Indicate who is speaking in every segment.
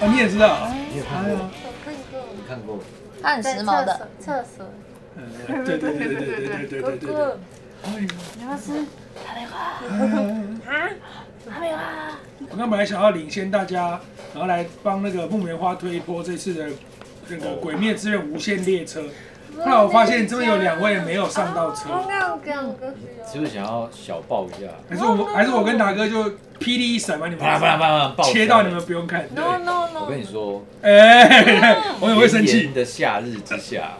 Speaker 1: 哦你也知道？
Speaker 2: 你有看
Speaker 1: 哎
Speaker 2: 过？
Speaker 1: 呀，
Speaker 3: 我看过，
Speaker 2: 你看过？
Speaker 4: 他很时
Speaker 3: 在
Speaker 4: 髦
Speaker 3: 厕
Speaker 4: 的
Speaker 3: 所，厕所。
Speaker 1: 嗯对对对对对对对对对对对。
Speaker 3: 你要是
Speaker 1: 哎我刚本来想要领先大家，然后来帮那个木棉花推一波这次的那个《鬼灭之刃：无限列车》，后来我发现真的有两位没有上到车，
Speaker 3: 那两
Speaker 4: 嗯
Speaker 3: 个
Speaker 2: 是不是想要小爆一下？
Speaker 1: 还是我还是我跟达哥就霹雳一闪把你
Speaker 2: 啪啦啪啦
Speaker 1: 们
Speaker 2: 啪啦爆！
Speaker 1: 切到你们！不用看。对
Speaker 3: no no no，
Speaker 2: 我跟你说，
Speaker 1: 哎， 我也会生
Speaker 2: 炎
Speaker 1: 气
Speaker 2: 炎。的夏日之下，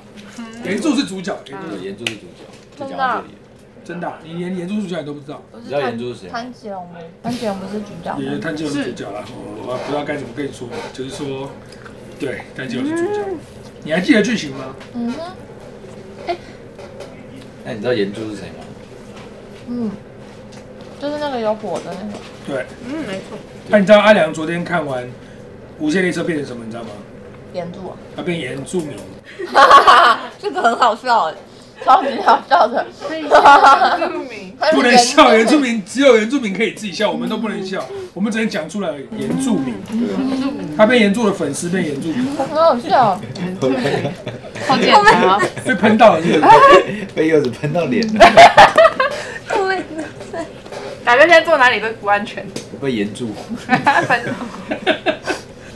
Speaker 1: 岩柱是主角，岩柱
Speaker 2: 对，
Speaker 1: 是
Speaker 2: 岩柱是主角，就讲到这里。
Speaker 1: 真的啊，你连岩柱是主角你都不知道，
Speaker 4: 不
Speaker 2: 你知道岩柱是谁吗？
Speaker 4: 潘吉龙吗？潘吉龙不是局长
Speaker 1: 也
Speaker 4: 吗
Speaker 1: 是？炭治郎是主角啦。我我不知道该怎么跟你说，就是说，对，炭治郎是主角。你还记得剧情吗？
Speaker 4: 嗯哼，
Speaker 2: 那你知道岩柱是谁吗？
Speaker 4: 嗯，就是那个有火的那个，
Speaker 1: 对。
Speaker 3: 嗯，没错，
Speaker 1: 那你知道阿良昨天看完《无限列车》变成什么？你知道吗？
Speaker 4: 岩柱啊，
Speaker 1: 他变原住民。
Speaker 4: 哈哈哈， 这个很好笑哎，超级好笑的，
Speaker 3: 所以是著名。
Speaker 4: 他是
Speaker 1: 不能
Speaker 4: 呃原
Speaker 1: 笑，原住民只有原住民可以自己笑，我们都不能笑，我们只能讲出来原住民。他变原住的粉丝变原住民，
Speaker 4: 很好笑，
Speaker 5: 好简单啊！
Speaker 1: 被喷到了是不是？
Speaker 2: 被柚子喷到脸了，
Speaker 5: 打哥现在坐哪里都不安全，
Speaker 2: 被岩柱。
Speaker 5: 反正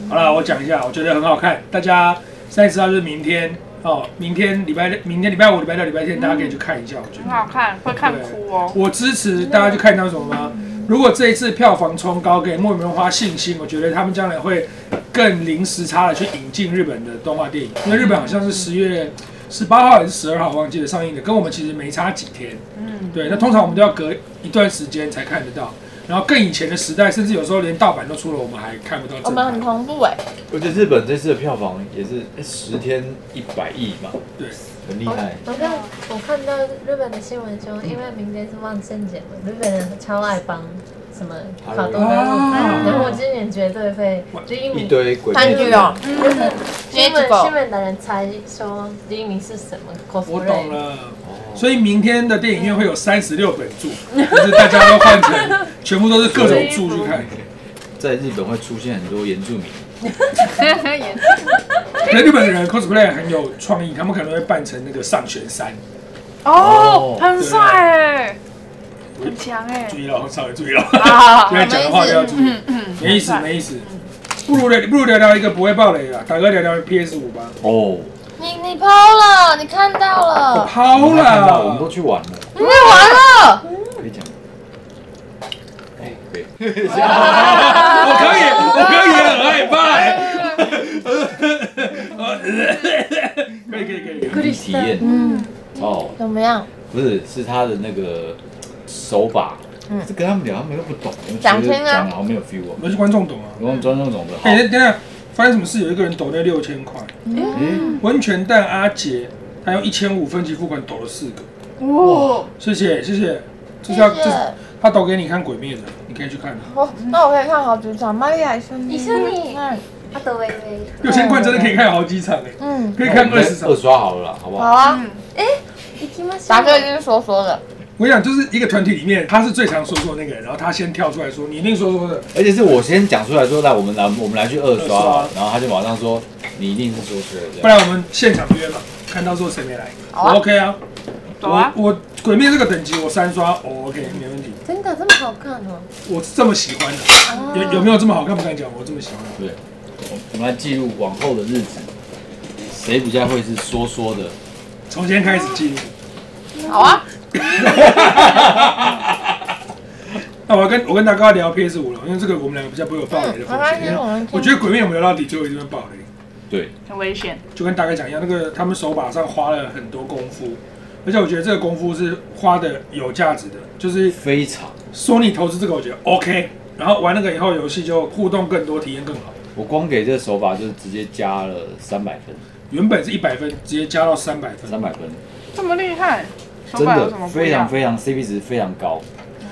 Speaker 1: 好了，我讲一下，我觉得很好看，大家现在知道就是明天哦，明天礼拜明天礼拜五、礼拜六、礼拜天，大家可以去看一下，我觉
Speaker 5: 很
Speaker 1: 得。
Speaker 5: 好看，会看 哭哦。
Speaker 1: 我支持大家去看到什么吗？如果这一次票房冲高，给莫名花信心，我觉得他们将来会更零时差的去引进日本的动画电影，因为日本好像是十月十八号还是十二号忘记了上映的，跟我们其实没差几天。嗯，对，那通常我们都要隔一段时间才看得到。然后更以前的时代，甚至有时候连盗版都出了，我们还看不到
Speaker 4: 我
Speaker 1: 正
Speaker 4: 们很
Speaker 1: 版。
Speaker 4: 同步哎，
Speaker 2: 我觉得日本这次的票房也是哎十天一百亿嘛，
Speaker 1: 对，
Speaker 2: 很厉害。
Speaker 3: 我看我看到日本的新闻说，因为明天是万圣节嘛，日本人超爱帮什么好多的日子，然后我今年绝对会，就因
Speaker 2: 一
Speaker 3: 为
Speaker 2: 堆鬼
Speaker 4: 潘吉
Speaker 2: 灭
Speaker 4: 龙，
Speaker 1: 嗯
Speaker 3: 就是新闻新闻的人猜说第一名是什么
Speaker 1: 我懂
Speaker 3: cosplay，
Speaker 1: 了。所以明天的电影院会有三十六本柱，就是大家都换成全部都是各种柱去看。
Speaker 2: 在日本会出现很多原住民，
Speaker 1: 可能日本的人 cosplay 很有创意，他们可能会扮成那个上弦山，
Speaker 5: 哦，很帅
Speaker 2: 啊
Speaker 5: 哎，很强哎
Speaker 1: 注。意了，稍微注意了，
Speaker 5: 啊
Speaker 1: 现，在讲的话都 要注意，
Speaker 5: 嗯嗯，
Speaker 1: 没意思没意思。不如聊不如聊聊一个不会爆雷的，大哥聊聊 PS 五吧。
Speaker 2: 哦，
Speaker 4: 你你抛了，你看到
Speaker 5: 哦
Speaker 1: 我
Speaker 4: 了，
Speaker 1: 抛
Speaker 2: 我们看到我们都
Speaker 1: 了，
Speaker 2: 去玩了，
Speaker 4: 你也完了，
Speaker 2: 可以讲。哎，可以。
Speaker 1: 我可以，我可以很害欸怕。 可以可以可以，
Speaker 2: 可以体验
Speaker 4: 嗯，
Speaker 2: 哦，
Speaker 4: 怎么样？
Speaker 2: 不是，是他的那个手把，这跟他们聊，他们又不懂，我觉
Speaker 4: 讲
Speaker 2: 得
Speaker 4: 听啊
Speaker 2: 讲好没有 feel 哦。
Speaker 1: 我是观众懂啊。
Speaker 2: 我们专用总的好
Speaker 1: 哎，，等等一下，发生什么事？有一个人抖那六千块，
Speaker 2: 哎
Speaker 1: 温泉蛋阿杰，他用一千五分期付款抖了四个，
Speaker 5: 哇，
Speaker 1: 谢谢谢谢，这
Speaker 4: 谢
Speaker 1: 是要这是
Speaker 4: 谢。
Speaker 1: 他抖给你看《鬼灭》的，你可以去看。
Speaker 4: 哦，那我可以看好几场，玛丽亚生，
Speaker 3: 一緒に
Speaker 4: 嗯
Speaker 3: あとウェイウェイ。
Speaker 1: 六千块真的可以看好几场哎、
Speaker 4: 嗯，
Speaker 1: 可以看二十场
Speaker 2: 二。刷好了啦，好不
Speaker 4: 好
Speaker 2: 好？
Speaker 4: 啊，
Speaker 3: 行きましょ
Speaker 4: 达
Speaker 3: う。
Speaker 4: 哥一定是说说的，
Speaker 1: 我跟你讲，就是一个团体里面，他是最常说说那个人，然后他先跳出来说，你一定说说的，
Speaker 2: 而且是我先讲出来说，来我们来我们来去二刷
Speaker 1: 二
Speaker 2: 啊
Speaker 1: 刷，
Speaker 2: 然后他就马上说你一定是说错
Speaker 1: 不
Speaker 2: 的，
Speaker 1: 然我们现场约嘛，看到时候谁没来，
Speaker 4: 好啊
Speaker 1: 我 OK 啊。
Speaker 5: 走啊！
Speaker 1: 我我鬼灭这个等级我三刷、我 OK 没问题，
Speaker 3: 真的这么好看哦？
Speaker 1: 我是这么喜欢的，有有没有这么好看不敢讲，我这么喜欢。
Speaker 2: 对。我们来记录往后的日子，谁比较会是说说的？
Speaker 1: 从今天开始记录。
Speaker 4: 好啊，
Speaker 1: 那我要跟我跟大哥聊 PS 五了，因为这个我们两个比较不会有爆雷的
Speaker 4: 嗯没关
Speaker 1: 风
Speaker 4: 系
Speaker 1: 险。
Speaker 4: 我们听
Speaker 1: 我觉得鬼灭我们聊到底最后一定会爆雷。
Speaker 2: 对，
Speaker 5: 很危险，
Speaker 1: 就跟大概讲一样，那个他们手把上花了很多功夫，而且我觉得这个功夫是花的有价值的，就是
Speaker 2: 非常。
Speaker 1: 索尼投资这个，我觉得 OK。然后玩那个以后，游戏就互动更多，体验更好。
Speaker 2: 我光给这个手把就直接加了三百分，
Speaker 1: 原本是一百分，直接加到三百分
Speaker 2: 三。百分，
Speaker 5: 这么厉害，手
Speaker 2: 真
Speaker 5: 法有什么
Speaker 2: 的
Speaker 5: 不
Speaker 2: 非
Speaker 5: 一
Speaker 2: 常
Speaker 5: 样？
Speaker 2: 非常 CP 值非常高，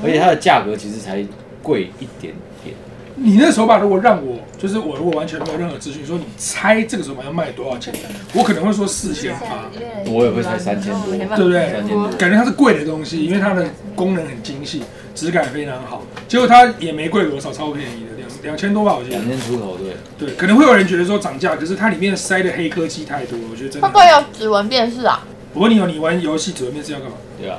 Speaker 2: 而且它的价格其实才贵一点点。
Speaker 1: 你那手把如果让我，就是我如果完全没有任何资讯，说你猜这个手把要卖多少钱，我可能会说四千八，
Speaker 2: 我也会才三啊千多，
Speaker 1: 对不对？
Speaker 2: 三千多，
Speaker 1: 感觉它是贵的东西，因为它的功能很精细，质感非常好。结果它也没贵多少，超便宜的，两两千多吧，我记得
Speaker 2: 两。千出头，对，
Speaker 1: 对，可能会有人觉得说涨价，可是它里面塞的黑科技太多了，我觉得真
Speaker 4: 会不会
Speaker 1: 的。
Speaker 4: 有指纹辨识啊？
Speaker 1: 我问你哦，你玩游戏指纹面试要干嘛？
Speaker 2: 对啊，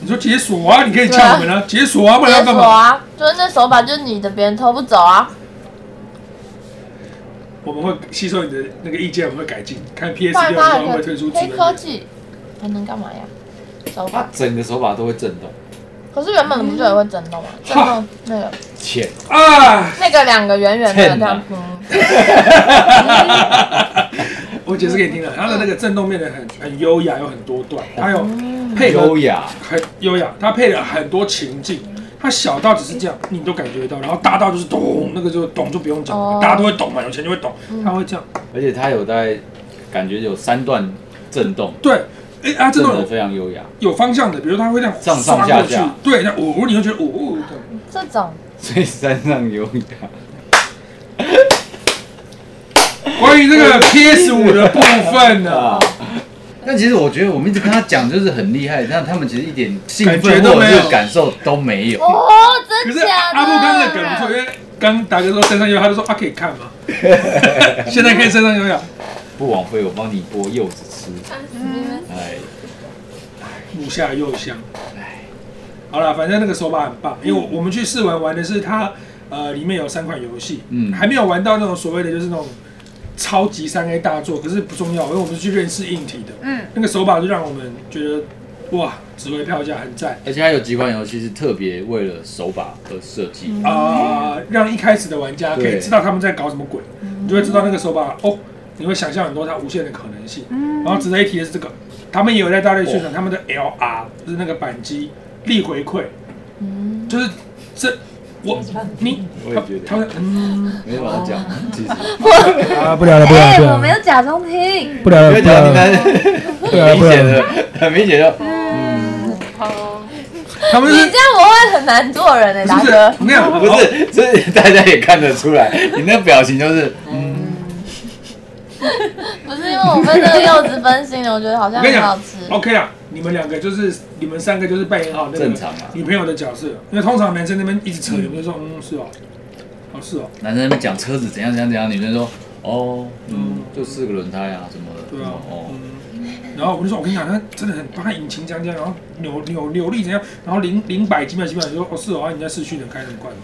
Speaker 1: 你说解锁啊，你可以呛我们啊，解锁啊，不然
Speaker 4: 解
Speaker 1: 要干
Speaker 4: 锁
Speaker 1: 嘛？
Speaker 4: 啊，就是那手把就是你的，别人偷不走啊。
Speaker 1: 我们会吸收你的那个意见，我们会改进，看 PS
Speaker 4: 不然
Speaker 1: 六
Speaker 4: 它
Speaker 1: 会不
Speaker 4: 还
Speaker 1: 会
Speaker 4: 可
Speaker 1: 推
Speaker 4: 以
Speaker 1: 出
Speaker 4: 黑
Speaker 1: 指
Speaker 4: 科
Speaker 1: 纹。
Speaker 4: 技，还能干嘛呀？手
Speaker 2: 它
Speaker 4: 把，
Speaker 2: 整个手把都会震动，
Speaker 4: 可是原本的不就也会震动吗？震
Speaker 1: 哈
Speaker 4: 动那个
Speaker 2: 浅，
Speaker 1: 啊！
Speaker 4: 那个两个圆圆的
Speaker 2: 欠
Speaker 4: 这样
Speaker 2: 啊，
Speaker 4: 嗯
Speaker 1: 我解释给你听了，啊它的那个震动变得很很优雅，有很多段，还有
Speaker 4: 嗯
Speaker 1: 配合
Speaker 2: 优雅，
Speaker 1: 很优雅，它配了很多情境。它小到只是这样，你都感觉到，然后大到就是咚，那个就咚就不用讲了
Speaker 4: 哦
Speaker 1: 大家都会懂嘛，有钱就会懂，它会这样。
Speaker 2: 而且它有在感觉有三段震动，
Speaker 1: 对，哎啊，这
Speaker 2: 震
Speaker 1: 种
Speaker 2: 得
Speaker 1: 有
Speaker 2: 非常优雅，
Speaker 1: 有方向的，比如它会这样
Speaker 2: 上上
Speaker 1: 刷
Speaker 2: 下
Speaker 1: 过去
Speaker 2: 下，
Speaker 1: 对，那呜，你会觉得呜，呜对
Speaker 4: 这 种
Speaker 2: 所以山上优雅。
Speaker 1: 关于这个 PS 五的部分呢，
Speaker 2: 啊。但其实我觉得我们一直跟他讲就是很厉害，但他们其实一点兴
Speaker 1: 感觉
Speaker 2: 奋
Speaker 1: 都
Speaker 2: 或者
Speaker 1: 没有
Speaker 2: 是感受都没 有。
Speaker 4: 哦，
Speaker 1: 可
Speaker 4: 真
Speaker 1: 是
Speaker 4: 假的？
Speaker 1: 阿布刚刚的梗不错，因为刚达哥说身上优雅，他就说啊可以看吗？现在可以身上优雅，
Speaker 2: 不枉费我帮你剥柚子吃，
Speaker 3: 嗯
Speaker 2: 哎，
Speaker 1: 五下又香。好了，反正那个手把很棒，因为我我们去试玩玩的是它，呃，里面有三款游戏，
Speaker 2: 嗯
Speaker 1: 还没有玩到那种所谓的就是那种超级三 A 大作，可是不重要，因为我们是去认识硬体的，
Speaker 5: 嗯，
Speaker 1: 那个手把就让我们觉得哇，值回票价，很赞
Speaker 2: 而且还有几款游戏是特别为了手把而设计，
Speaker 3: 嗯
Speaker 1: 啊、让一开始的玩家可以
Speaker 2: 对
Speaker 1: 知道他们在搞什么鬼，你就会知道那个手把哦，你会想象很多它无限的可能性。然后值得一提的是这个，他们也有在大力宣
Speaker 2: 哦
Speaker 1: 传他们的 LR，就是那个扳机力回馈，就是这我你
Speaker 2: 我也觉得
Speaker 1: 他们嗯
Speaker 2: 没办法讲，
Speaker 3: 哦
Speaker 2: 其实
Speaker 1: 啊不聊了不聊
Speaker 4: 哎，
Speaker 1: 了
Speaker 4: 我没有假装听，
Speaker 1: 不聊了
Speaker 2: 因为
Speaker 1: 呃不聊
Speaker 2: 讲你
Speaker 1: 了，
Speaker 2: 看，
Speaker 1: 啊
Speaker 2: 很明显的，很明显的，
Speaker 1: 他们
Speaker 4: 你
Speaker 1: 是
Speaker 4: 这样我会很难做人哎，
Speaker 1: 是
Speaker 4: 达
Speaker 1: 不是
Speaker 4: 哥？。
Speaker 1: 我跟你讲，哦
Speaker 2: 不
Speaker 1: 好
Speaker 2: 是，这大家也看得出来，你那表情就是，
Speaker 4: 不是因为我被那个柚子分心了，我觉得好像
Speaker 1: 我跟你
Speaker 4: 很
Speaker 1: 讲哦
Speaker 4: 好吃。
Speaker 1: OK 啦，你们两个就是你们三个就是扮演好那个
Speaker 2: 正常啊
Speaker 1: 女朋友的角色，因为通常男生那边一直扯，有没有说嗯是哦，哦是哦，
Speaker 2: 男生在那边讲车子怎样怎样怎样，女生说，哦，嗯，就四个轮胎啊什么的，
Speaker 1: 对啊，
Speaker 2: 哦，
Speaker 1: 嗯，然后我就说我跟你讲，他真的很棒，他引擎讲讲，然后扭扭扭力怎样，然后零零百几秒几秒，你说哦是哦，啊你在市区能开那么快吗？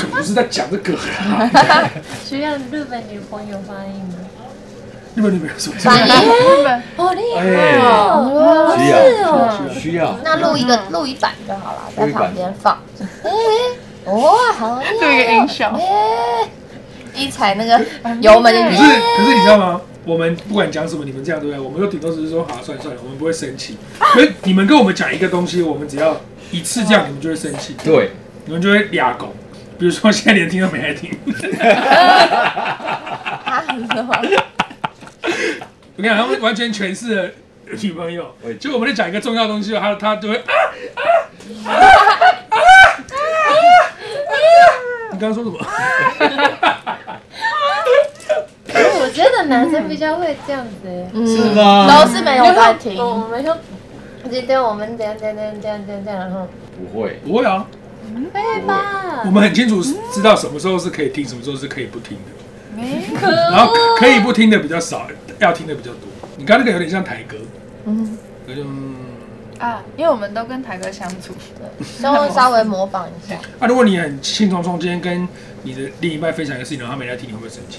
Speaker 1: 可 不是在讲这个啊，
Speaker 3: 需要日本女朋友翻译吗？
Speaker 1: 日本女朋友说
Speaker 4: 翻译
Speaker 5: 日本
Speaker 3: 好厉
Speaker 2: 害
Speaker 3: 哦！
Speaker 2: 哎需
Speaker 3: 嗯是
Speaker 2: 要
Speaker 3: 哦，
Speaker 2: 需要，
Speaker 4: 那录一个录一版就好了，在旁边放。哎，哇，好厉害哦！
Speaker 5: 录一个音效
Speaker 4: 哎一踩那个油门
Speaker 1: 可
Speaker 4: 就。
Speaker 1: 是可是你知道吗？我们不管讲什么，你们这样对不对？我们就顶多只是说好算了算了，我们不会生气。可是你们跟我们讲一个东西，我们只要一次这样，你们就会生气，
Speaker 2: 对。
Speaker 1: 你们就会俩狗。比如说现在连听都没来听。
Speaker 4: 啊你知道吗
Speaker 1: 我跟你讲，他们完全诠释了女朋友
Speaker 2: 我也。
Speaker 1: 就我们在讲一个重要东西，他他就会啊啊啊啊啊！你刚刚说什么？
Speaker 3: 哦我觉得男生比较会这样子耶。
Speaker 2: 是吗
Speaker 4: 都是没有在听，
Speaker 3: 我我们就今天我们点点点点点点，然后
Speaker 2: 不会，
Speaker 1: 不会啊，
Speaker 3: 会吧
Speaker 1: 我？们很清楚知道什么时候是可以听，什么时候是可以不听的。
Speaker 3: 可
Speaker 1: 然后
Speaker 3: 恶！
Speaker 1: 可以不听的比较少，要听的比较多。你刚刚那个有点像台歌，嗯，就嗯。
Speaker 5: 啊，因为我们都跟台哥相处，
Speaker 4: 都稍微模仿一下。
Speaker 1: 啊，如果你很兴冲冲，今天跟你的另一半分享一个事情，然后他没来听，你会不会生气？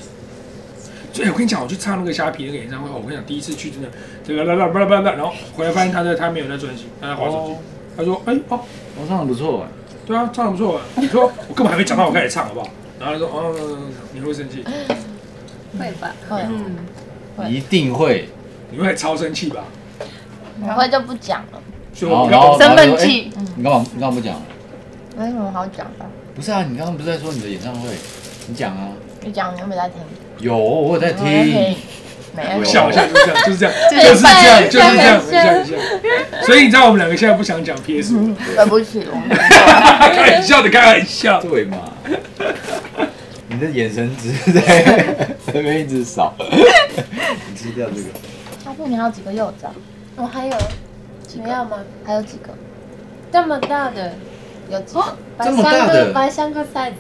Speaker 1: 所以我跟你讲，我去唱那个虾皮那个演唱会，哦我跟你讲，第一次去真的，这个啦啦啦啦啦啦，然后回来发现他在他没有在专心，他在划手机
Speaker 2: 哦。
Speaker 1: 他说：“哎、哦，
Speaker 2: 我唱的不错哎，
Speaker 1: 对啊，唱的不错。”你说我根本还没讲到，我开始唱好不好？然后他说：“哦，嗯嗯嗯你会生气，
Speaker 3: 会吧？
Speaker 5: 嗯
Speaker 4: 会，会
Speaker 2: 一定会。
Speaker 1: 你会超生气吧
Speaker 4: 然后就不讲了，？”
Speaker 1: 所以我比
Speaker 2: 哦然后
Speaker 1: 较，
Speaker 5: 身份气。
Speaker 2: 你干嘛？你干嘛不讲？
Speaker 4: 没什么好讲的。
Speaker 2: 不是啊，你刚刚不是在说你的演唱会？你讲啊。
Speaker 4: 你讲，你又没在听，
Speaker 2: 有，我有在
Speaker 4: 我没
Speaker 2: 听
Speaker 4: 在听。，没
Speaker 1: 我
Speaker 4: 有。
Speaker 1: 笑一下，就是这样，就是这样，
Speaker 4: 是
Speaker 1: 就是这样，
Speaker 4: 被
Speaker 1: 就是这样，
Speaker 4: 被
Speaker 1: 这样，这样。所以你知道我们两个现在不想讲 PS 五，
Speaker 4: 对不起，我们
Speaker 1: 开玩笑的，开玩笑。
Speaker 2: 对嘛？你的眼神只 是在那边一直扫。你吃掉这个。
Speaker 4: 阿布，你还有几个柚子啊？
Speaker 3: 我还有，你要吗？
Speaker 4: 还有几个？
Speaker 3: 这么大的，
Speaker 4: 有几个？
Speaker 3: 白
Speaker 2: 这么
Speaker 3: 香
Speaker 2: 大
Speaker 3: 哥，
Speaker 2: 的
Speaker 3: 白香哥 size，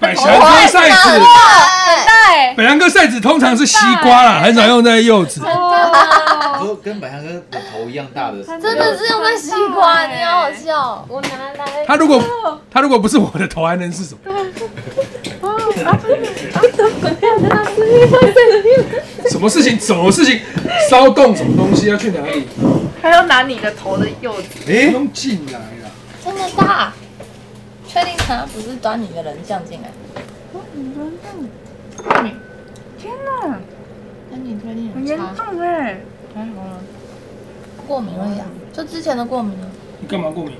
Speaker 1: 百香哥赛子，
Speaker 4: 对，
Speaker 5: 对，
Speaker 1: 百香哥赛子通常是西瓜啦，很少用在柚子。
Speaker 5: 哦，
Speaker 2: 都跟百香哥的头一样大的，
Speaker 4: 啊真的是用在西瓜，你好好笑。
Speaker 3: 我拿来，
Speaker 1: 他如果他如果不是我的头，还能是什么？什么事情？什么事情？骚动什么东西？要去哪里？
Speaker 5: 他要拿你的头的柚子，
Speaker 1: 不
Speaker 2: 诶，
Speaker 1: 用进来啦。
Speaker 4: 真的大，确定他不是端你的人像进来？
Speaker 5: 天哪，
Speaker 4: 那你确定
Speaker 5: 很
Speaker 4: 有
Speaker 5: 严
Speaker 4: 差？
Speaker 5: 重哎！
Speaker 4: 还好啦，过敏而已啊，就之前的过敏啊，
Speaker 1: 你干嘛过敏？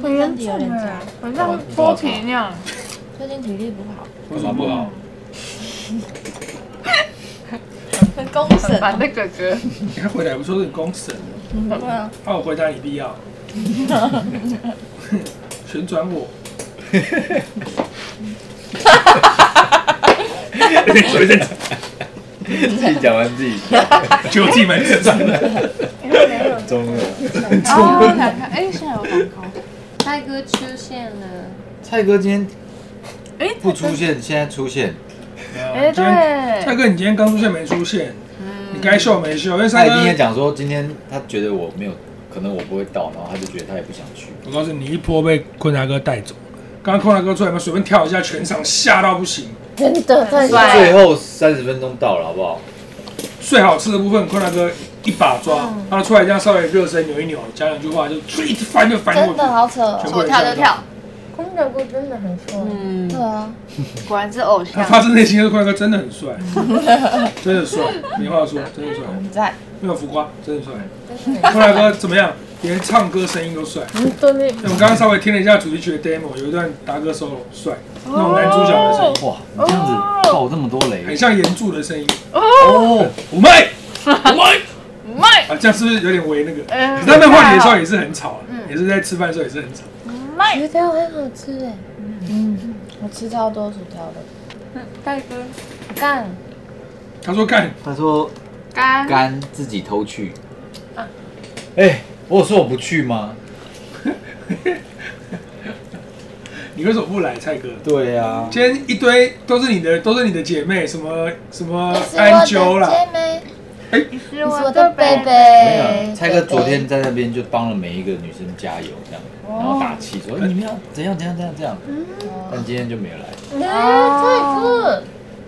Speaker 4: 最
Speaker 5: 很
Speaker 4: 近身
Speaker 5: 严
Speaker 4: 体有
Speaker 5: 重
Speaker 4: 点
Speaker 5: 哎
Speaker 4: 差，，
Speaker 5: 很像剥皮那样。
Speaker 4: 最近体力不好。
Speaker 2: 干嘛不好？
Speaker 4: 公
Speaker 5: 很
Speaker 4: 审
Speaker 5: 烦的哥哥，
Speaker 1: 你看回来不错，是你公审。
Speaker 4: 对啊，
Speaker 1: 那我回答你必要。旋转我，
Speaker 2: 哎自己讲完自己
Speaker 1: 就自己蛮自障的。
Speaker 2: 中了。
Speaker 5: 哦，来看，哎，现在有蛋糕，
Speaker 3: 泰哥出现了，
Speaker 2: 蔡哥今天
Speaker 5: 哎，
Speaker 2: 不出现，现在出现，
Speaker 5: 哎
Speaker 1: 今天
Speaker 5: 对
Speaker 1: 蔡哥，你今天刚出现没出现？你该秀没秀？因为
Speaker 2: 他
Speaker 1: 蔡
Speaker 2: 已经也
Speaker 1: 哥，
Speaker 2: 讲说今天他觉得我没有，可能我不会到，然后他就觉得他也不想去。
Speaker 1: 我告诉你，你一波被坤达哥带走。刚刚坤达哥出来嘛，随便跳一下，全场吓到不行。
Speaker 4: 真的太
Speaker 5: 帅
Speaker 2: 最后三十分钟到了，好不好？
Speaker 1: 最好吃的部分，坤达哥一把抓，他出来这样稍微热身扭一扭，讲两句话就一翻就翻过
Speaker 4: 真
Speaker 1: 去
Speaker 4: 的，好扯哦
Speaker 1: 全。部
Speaker 5: 说
Speaker 1: 人
Speaker 5: 跳就
Speaker 1: 吓到
Speaker 5: 跳。，
Speaker 3: 空德哥真的很帅，
Speaker 5: 嗯
Speaker 4: 对，啊，
Speaker 5: 果然是偶
Speaker 1: 他
Speaker 5: 像。
Speaker 1: 发自内心的坤达哥真的很帅，真的帅，没话说，真的帅，
Speaker 4: 你在
Speaker 1: 没有浮夸，真的帅。
Speaker 3: 真的很
Speaker 1: 坤达哥怎么样？连唱歌声音都帅。
Speaker 3: 对面
Speaker 1: 我们刚刚稍微听了一下主题曲的 demo，有一段达哥 solo 帅，那种男主角的声音，
Speaker 2: 哇，你这样子爆这么多
Speaker 1: 很
Speaker 2: 雷
Speaker 1: 像岩柱的声音。
Speaker 2: 哦！
Speaker 1: 五妹， 五妹
Speaker 5: 卖
Speaker 1: 啊，这样是不是有点违那个？
Speaker 4: 呃
Speaker 5: 嗯
Speaker 1: 可是他们话题的时候也是很吵啊，
Speaker 4: 嗯
Speaker 1: 也是在吃饭的时候也是很吵。
Speaker 5: 卖，
Speaker 3: 薯条很好吃哎，
Speaker 4: 嗯，我吃超多薯条的。
Speaker 5: 大哥
Speaker 3: 干，
Speaker 1: 他说干，
Speaker 2: 他说
Speaker 5: 干
Speaker 2: 干自己偷去。哎，我有说我不去吗？
Speaker 1: 你为什么不来，蔡哥？
Speaker 2: 对呀，
Speaker 1: 今天一堆都是你的，都是你的姐妹，什么什么
Speaker 4: 你是
Speaker 1: 安
Speaker 4: 我
Speaker 1: 啾
Speaker 4: 的
Speaker 1: 啦，
Speaker 4: 姐妹，
Speaker 5: 你是
Speaker 4: 你是
Speaker 5: 我
Speaker 4: 我
Speaker 5: 的
Speaker 4: 的
Speaker 5: 贝
Speaker 4: 贝
Speaker 5: 贝。
Speaker 2: 没有。啊
Speaker 4: 贝。
Speaker 2: 蔡哥昨天在那边就帮了每一个女生加油，这样，然后打气说哎你们要怎样怎样怎样怎样。但今天就没有来。
Speaker 5: 啊
Speaker 4: 哦，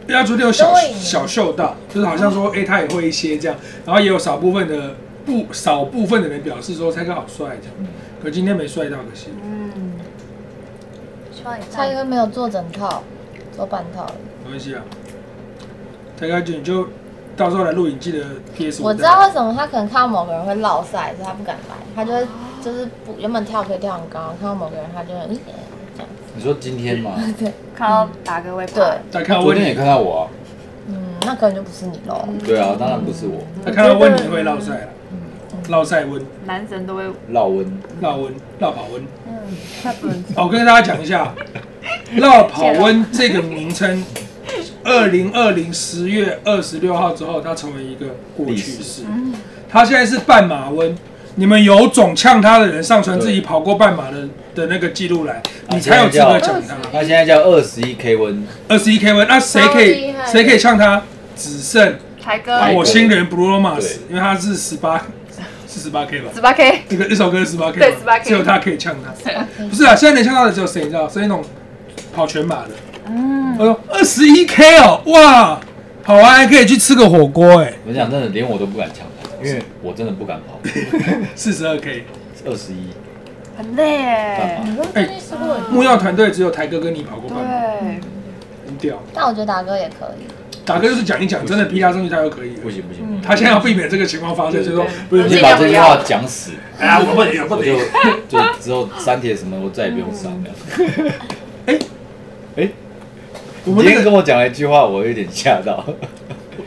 Speaker 1: 因为他昨天有小
Speaker 4: 对
Speaker 1: 小秀到，就是好像说，哎、他也会一些这样，
Speaker 4: 嗯
Speaker 1: 然后也有少部分的不少部分的人表示说，蔡哥好帅这样，
Speaker 4: 嗯
Speaker 1: 可今天没帅到，可惜。
Speaker 5: 嗯，
Speaker 3: 帅
Speaker 4: 太酷！蔡
Speaker 3: 哥，
Speaker 4: 哥没有做整套，做半套而已
Speaker 1: 没关系啊，蔡哥就你就到时候来录影，记得 PS 五。
Speaker 4: 我知道为什么他可能看到某个人会落赛，所以他不敢来，他就会就是不原本跳可以跳很高，看到某个人他就会嗯
Speaker 2: 你说今天吗？
Speaker 1: 嗯
Speaker 5: 看到大哥会
Speaker 4: 对
Speaker 5: 跑，，
Speaker 1: 他看到
Speaker 2: 昨
Speaker 1: 问
Speaker 2: 天也
Speaker 1: 你，
Speaker 2: 看到我啊。
Speaker 4: 嗯，那可能就不是你喽。
Speaker 5: 嗯
Speaker 2: 对啊，当然不是我，
Speaker 1: 他看到问你会落赛了，
Speaker 2: 嗯
Speaker 1: 落赛温、
Speaker 5: 男神都会，
Speaker 2: 绕温。
Speaker 1: 落温、落跑温。
Speaker 3: 嗯，
Speaker 5: 他不能
Speaker 1: 好我跟大家讲一下， 绕跑温这个名称，二零二零十月二十六号之后，它成为一个过去
Speaker 2: 历
Speaker 1: 式。它现在是半马温，你们有种呛他的人上传自己跑过半马的的那个记录来，你才有资格讲他。
Speaker 2: 他啊现在叫二十一 K 温，
Speaker 1: 二十一 K 温，那啊谁可
Speaker 3: 超厉
Speaker 1: 以
Speaker 3: 害的
Speaker 1: 谁可以呛他？只剩
Speaker 5: 才哥
Speaker 2: 哎
Speaker 1: 火星人 Bruno Mars，
Speaker 2: 对
Speaker 1: 因为他是十八是十八 K 吧？
Speaker 5: 十八 K，
Speaker 1: 这个一首歌是十八 K，
Speaker 5: 对 18K
Speaker 1: 只有他可以呛他。不是啊，现在能呛到的只有谁？你知道？是那种跑全马的。嗯，我说二十一 K 哦，哇，跑完还可以去吃个火锅，哎，
Speaker 2: 我讲真的，连我都不敢抢他，因为我真的不敢跑。
Speaker 1: 四十二 K。
Speaker 2: 二十一，
Speaker 5: 很累耶。
Speaker 3: 你
Speaker 4: 嗯
Speaker 3: 说
Speaker 2: 哎
Speaker 3: 这件事我
Speaker 1: 木曜团队只有台哥跟你跑过半马，
Speaker 5: 对，
Speaker 1: 很屌。
Speaker 4: 但我觉得达哥也可以，
Speaker 1: 打哥就是讲一讲，真的逼他上去，他就可以了。
Speaker 2: 不行不
Speaker 5: 嗯
Speaker 2: 行，
Speaker 1: 他现在要避免这个情况发生，所以说不
Speaker 2: 我
Speaker 1: 是
Speaker 2: 先把这句话讲死，
Speaker 1: 哎呀，我不能，
Speaker 2: 我
Speaker 1: 不
Speaker 2: 就
Speaker 1: 能。
Speaker 2: 就之后删帖什么，我再也不用上了。
Speaker 1: 哎
Speaker 2: 哎，
Speaker 1: 我
Speaker 2: 你
Speaker 1: 们
Speaker 2: 今
Speaker 1: 那
Speaker 2: 天
Speaker 1: 个
Speaker 2: 跟我讲了一句话，我有点吓到，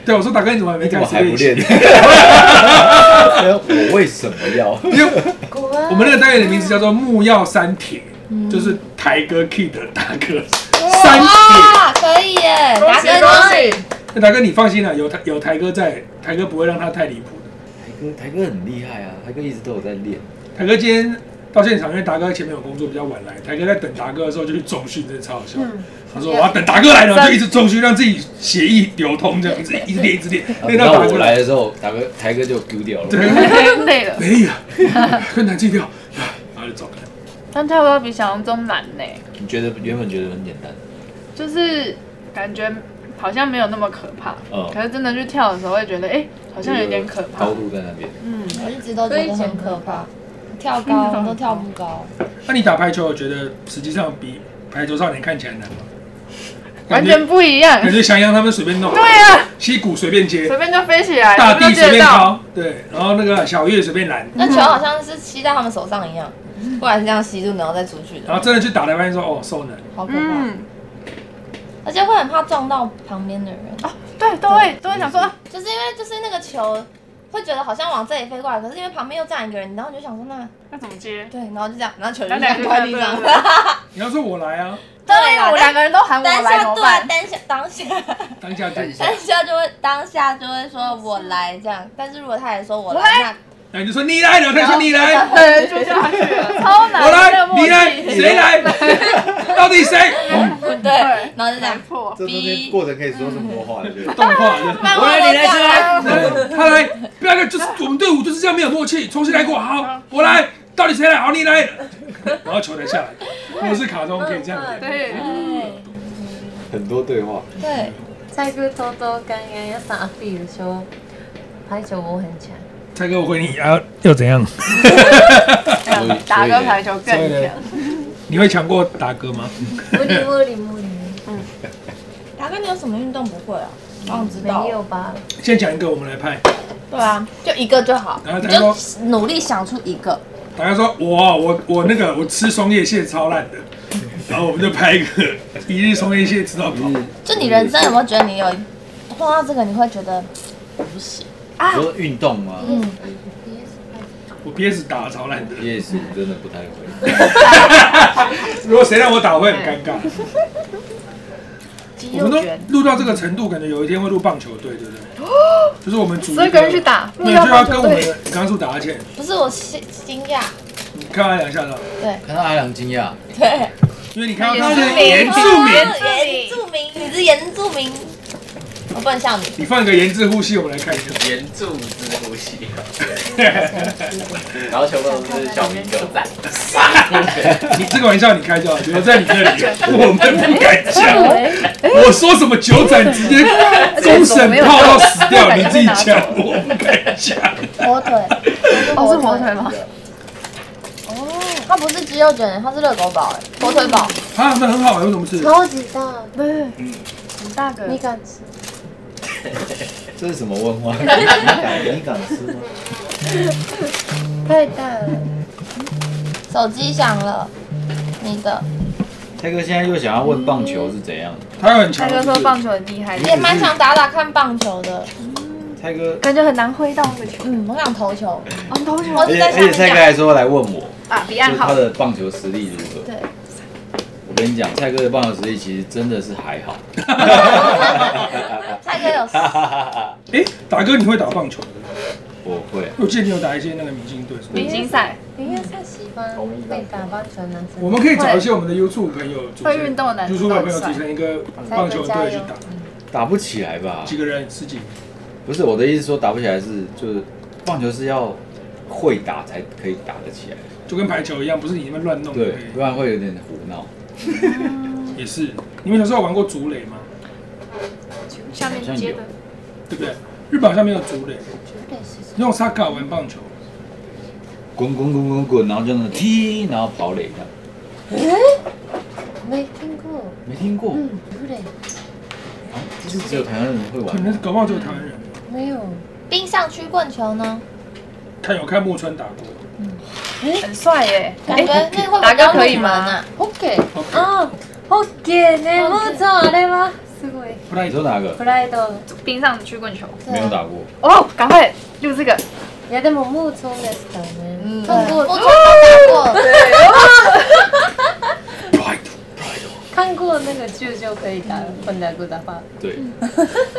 Speaker 1: 对我说打哥你怎么还没
Speaker 2: 你 怎
Speaker 1: 开
Speaker 2: 么
Speaker 1: 始
Speaker 2: 还不
Speaker 1: 练习？
Speaker 2: 练？ 我为什么要？
Speaker 1: 因为我们那个单元的名字叫做木曜三铁，就是台哥 Kid 大哥三铁。
Speaker 4: 哇，可以耶，达哥
Speaker 5: 恭
Speaker 4: 就是
Speaker 1: 那大哥，你放心了，有台有台哥在，台哥不会让他太离谱的。
Speaker 2: 台哥，台哥很厉害啊，台哥一直都有在练。
Speaker 1: 台哥今天到现场，因为达哥前面有工作比较晚来，达哥在等达哥的时候就去重训，真的超好笑。
Speaker 5: 嗯
Speaker 1: 他说我要等达哥来了，然后就一直重训，让自己血液流通，这样子一直练一直练，练
Speaker 2: 然
Speaker 1: 到
Speaker 2: 后
Speaker 1: 达哥
Speaker 2: 我
Speaker 1: 来
Speaker 2: 来。的时候，打个台哥就丢掉了。
Speaker 1: 对，
Speaker 5: 累了。
Speaker 1: 没力了，跟男竞跳，啊然后就走了。
Speaker 5: 但跳高比想象中难呢，
Speaker 2: 你觉得原本觉得很简单，
Speaker 5: 就是感觉好像没有那么可怕，
Speaker 2: 嗯
Speaker 5: 可是真的去跳的时候会觉得，哎、好像有点可怕
Speaker 2: 高。度在那边，
Speaker 5: 嗯，
Speaker 4: 我一直都觉得很可怕，跳 高都跳不高，
Speaker 5: 嗯
Speaker 1: 那你打排球，我觉得实际上比排球少年看起来难吗？
Speaker 5: 完全不一样。
Speaker 1: 感
Speaker 5: 对
Speaker 1: 觉翔阳他们随便弄，
Speaker 5: 啊，
Speaker 1: 溪谷随便接
Speaker 5: 随，便就飞起来，
Speaker 1: 大地
Speaker 5: 随便
Speaker 1: 随
Speaker 5: 就接
Speaker 1: 便
Speaker 5: 得到。
Speaker 1: 敲，对，然后那个小月随便拦，
Speaker 4: 那球好像是吸在他们手上一样，不然是这样吸住然后再出去
Speaker 1: 然
Speaker 4: 的，
Speaker 1: 后真的去打台发现说哦受难，
Speaker 4: 好可怕，
Speaker 5: 嗯，
Speaker 4: 而且会很怕撞到旁边的人，
Speaker 5: 哦对，都会都会想说，啊
Speaker 4: 就是因为就是那个球。会觉得好像往这里飞过来，可是因为旁边又站一个人，然后你就想说那
Speaker 5: 那怎么接？
Speaker 4: 对，然后就这样，然后球就
Speaker 5: 然
Speaker 4: 这
Speaker 5: 后
Speaker 4: 样
Speaker 5: 两个
Speaker 4: 掉
Speaker 5: 人
Speaker 4: 地上。
Speaker 5: 对对
Speaker 1: 你要说我来啊，
Speaker 4: 对啦
Speaker 5: 我两个人都喊我
Speaker 4: 当
Speaker 5: 来
Speaker 4: 下
Speaker 5: 怎么
Speaker 4: 对啊，
Speaker 5: 办？
Speaker 4: 当下当下
Speaker 1: 当下就
Speaker 2: 等一下
Speaker 4: 当下就会当下就会说我来这样，但是如果他也说我来，那
Speaker 1: 然后你就说你来，然后他说你来，
Speaker 5: 对，就下去了，超难，
Speaker 1: 我
Speaker 5: 没有
Speaker 1: 来，
Speaker 5: 默契
Speaker 1: 你来，谁来？到底谁？嗯
Speaker 5: 嗯
Speaker 4: 对，然后就这样
Speaker 5: 难。破。
Speaker 2: 这中间过程可以说是魔 化的，对不对
Speaker 1: 动画的，
Speaker 4: 漫
Speaker 2: 我
Speaker 4: 画
Speaker 2: 来，
Speaker 4: 都
Speaker 2: 你来，
Speaker 4: 这
Speaker 2: 谁
Speaker 4: 样啊
Speaker 2: 来？
Speaker 1: 对他来，不要跟就是我们队伍就是这样没有默契，重新来过，好，我来，到底谁来？好，你来，然后球才下来，如果是卡通可以这样演，
Speaker 5: 对，
Speaker 2: 很多对话，
Speaker 4: 对，
Speaker 3: 蔡哥偷偷刚刚要打比如说排球我很强，
Speaker 1: 蔡哥我回你啊，又怎样？
Speaker 2: 所以
Speaker 5: 打个排球
Speaker 1: 所以
Speaker 5: 更
Speaker 1: 呢
Speaker 5: 强。，
Speaker 1: 你会强过达哥吗？嗯
Speaker 3: 木里木里木里，
Speaker 4: 达哥，你有什么运动不会啊？哦，我知道
Speaker 3: 没。有吧？
Speaker 1: 先讲一个，我们来拍。
Speaker 4: 对啊，就一个就好
Speaker 1: 然后，
Speaker 4: 你
Speaker 1: 他说
Speaker 4: 就努力想出一个。
Speaker 1: 大家说，哇，我我那个我吃松叶蟹超烂的，然后我们就拍一个一日松叶蟹吃到饱。
Speaker 4: 就你人生有没有觉得你有碰到这个，你会觉得我不行？
Speaker 2: 你说运动吗？
Speaker 4: 嗯
Speaker 1: 我 PS 打得超烂的，
Speaker 2: 也是真的不太会。
Speaker 1: 如果谁让我打，我会很尴尬。
Speaker 5: 肌
Speaker 1: 我们都录到这个程度，感觉有一天会录棒球队，对不对？就是我们组一
Speaker 5: 十个人去，打，
Speaker 1: 对，就要跟我们的刚速打欠，
Speaker 4: 不是我惊惊讶，
Speaker 1: 你看他两下的，
Speaker 4: 对
Speaker 2: 看到阿良惊 讶，
Speaker 4: 对。
Speaker 1: 因为你看到他是
Speaker 5: 原
Speaker 1: 原住民，
Speaker 4: 原住民，你是原住民，我不能笑你。
Speaker 1: 你放一个言字呼吸，我们来看一下。
Speaker 6: 严柱之呼吸，然后全部都是小明狗仔，
Speaker 1: 你这个玩笑你开就好，留在你这 里，我们不敢讲。
Speaker 5: 哎
Speaker 1: 我说什么九仔直接终审泡到死掉，你自己讲，我不敢讲。
Speaker 4: 火腿，
Speaker 5: 哦，是火腿吗？
Speaker 4: 哦，它不是鸡肉卷，它是热狗堡，哎，火腿堡。
Speaker 1: 啊，那很好玩，为什么是？
Speaker 3: 超级大，
Speaker 5: 对，嗯很大个，
Speaker 3: 你敢吃？
Speaker 2: 这是什么问话？你敢你敢吃吗？
Speaker 3: 太大了，
Speaker 4: 手机响了，你的
Speaker 1: 嗯
Speaker 2: 泰哥现在又想要问棒球是怎样？
Speaker 1: 他有很强
Speaker 5: 他
Speaker 1: 的
Speaker 5: 就
Speaker 1: 就是，
Speaker 5: 说棒球很厉害，
Speaker 4: 也蛮想打打看棒球的，
Speaker 2: 泰哥，
Speaker 5: 感觉很难挥到那个球。
Speaker 4: 嗯，我想投球，
Speaker 5: 哦，投球
Speaker 4: 我
Speaker 2: 而
Speaker 4: 是
Speaker 2: 且
Speaker 4: 在
Speaker 2: 而
Speaker 4: 下
Speaker 2: 且哎
Speaker 4: 面
Speaker 2: 泰哥
Speaker 4: 讲。
Speaker 2: 还说来问我，
Speaker 5: 啊，彼
Speaker 2: 就
Speaker 5: 岸
Speaker 2: 是他
Speaker 5: 号，
Speaker 2: 的棒球实力如何？
Speaker 4: 对，
Speaker 2: 我跟你讲，蔡哥的棒球实力其实真的是还 好。
Speaker 4: 蔡哥有
Speaker 1: 哎，达哥你会打棒球的？
Speaker 2: 我会，
Speaker 1: 我记得你有打一些那个明星队。
Speaker 5: 明星赛
Speaker 3: 你也太喜欢被打棒球男生。
Speaker 1: 我们可以找一些我们的 YouTube 朋友组成
Speaker 5: 会运动的
Speaker 1: ，YouTube 朋友组成一个棒球队去打，
Speaker 2: 打不起来吧
Speaker 1: 几？个人十几个，
Speaker 2: 不是我的意思，说打不起来是就是棒球是要会打才可以打得起来，
Speaker 1: 就跟排球一样，不是你们乱弄的。
Speaker 2: 对，不然会有点胡闹。
Speaker 1: 也是。你们小时候有玩过竹垒吗？
Speaker 5: 下面接的，
Speaker 1: 对不对？日本好像没有竹垒，用 s a k a 玩棒球，
Speaker 2: 滚滚滚滚滚，然后就那种踢，然后跑垒这样，
Speaker 3: 没听过，
Speaker 2: 没听过，
Speaker 3: 嗯，不对，
Speaker 2: 就是只有台湾人会
Speaker 1: 可能
Speaker 2: 玩
Speaker 1: 是。搞不好只有台湾人。
Speaker 3: 没有。
Speaker 4: 冰上曲棍球呢，
Speaker 1: 看有看木村打过，
Speaker 5: 很帅耶。
Speaker 4: 感觉那会
Speaker 5: 哎打
Speaker 4: 比
Speaker 5: 哥
Speaker 4: 较
Speaker 5: 可以
Speaker 4: 入门啊。
Speaker 3: OK，
Speaker 1: OK
Speaker 3: あ、オッケーね、もうちょあれはすごい。
Speaker 1: 不太啊
Speaker 2: 你说哪个
Speaker 3: プ？ライド。
Speaker 5: 冰上曲棍球，
Speaker 2: 没有打过，
Speaker 5: 哦，赶快录这个，
Speaker 3: いやでももうちょですからね。
Speaker 4: 对我从小打过，
Speaker 1: Right，
Speaker 3: 看
Speaker 4: 做
Speaker 3: 过
Speaker 4: 那个剧就可以打混打古打话，
Speaker 2: 对，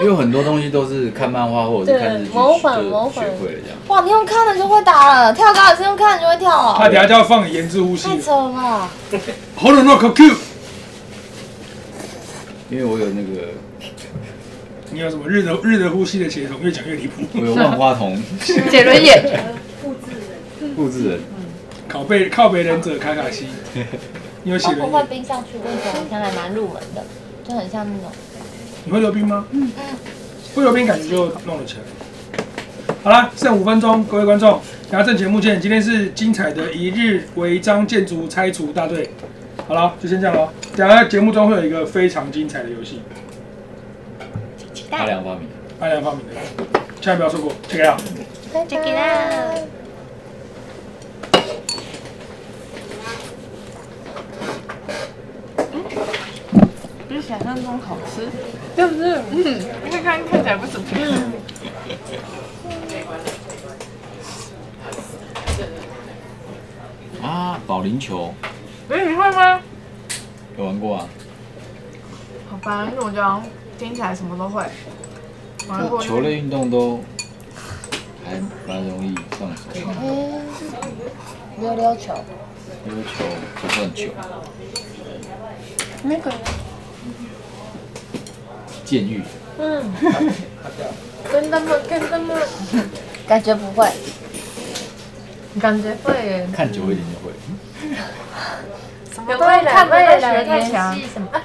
Speaker 2: 因为很多东西都是看漫画或者是看日剧
Speaker 3: 对模仿模
Speaker 2: 就
Speaker 3: 仿
Speaker 2: 学会了这样。
Speaker 4: 哇，你用看的就会打了，跳高也是用看的就会跳
Speaker 1: 他
Speaker 4: 了，
Speaker 1: 等下就要放言之无信
Speaker 4: 太扯了吧！
Speaker 1: ，Hold on rock Q，
Speaker 2: 因为我有那个
Speaker 1: 你有什么日的日的呼吸的协同，越讲越离谱，
Speaker 2: 我有万花 筒
Speaker 5: 杰伦也
Speaker 2: 复制 人，
Speaker 1: 靠背靠背忍者卡卡西，你有写
Speaker 4: 包
Speaker 1: 人
Speaker 4: 括换
Speaker 1: 眼，
Speaker 4: 冰上去，为什么好像还蛮入门的，就很像那种
Speaker 1: 你会溜冰吗？嗯，会溜冰感觉就弄了起来。好啦，剩五分钟，各位观众，牙正节目见。今天是精彩的一日违章建筑拆除大队。好了，就先这样喽。等下节目中会有一个非常精彩的游戏，
Speaker 2: 阿良发明。
Speaker 1: 阿良发明的，千万不要错过。这个样。
Speaker 3: 这个啦。
Speaker 5: 比想象中好吃，对不对？嗯，因为看看起来不怎么样。
Speaker 2: 啊，保龄球
Speaker 5: 哎，你会吗？
Speaker 2: 有玩过啊？
Speaker 5: 好吧，因为我觉得好像听起来什么都会。玩过
Speaker 2: 球类运动都还蛮容易上手，
Speaker 4: 嗯溜溜球，
Speaker 2: 因为球不算球，
Speaker 5: 那个呢
Speaker 2: 监狱
Speaker 3: 嗯，跟他们跟他们，
Speaker 4: 感觉不会。
Speaker 3: 感觉会耶，
Speaker 2: 看久一点就会。
Speaker 5: 什
Speaker 3: 有
Speaker 5: 么都
Speaker 3: 未来
Speaker 5: 看不
Speaker 3: 未
Speaker 5: 会
Speaker 3: 来
Speaker 5: 学太
Speaker 3: 联
Speaker 5: 强
Speaker 3: 系。什么？啊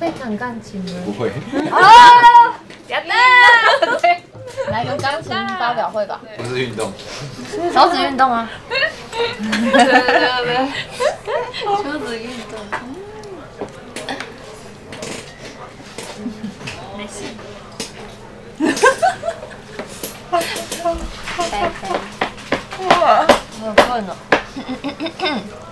Speaker 3: 会弹钢琴吗？
Speaker 2: 不会，
Speaker 4: 嗯来个钢琴发表会吧，
Speaker 2: 不是运动，
Speaker 4: 手指运动啊，
Speaker 5: 对对对对。
Speaker 4: 手指运动。没事。拜拜。好困哦。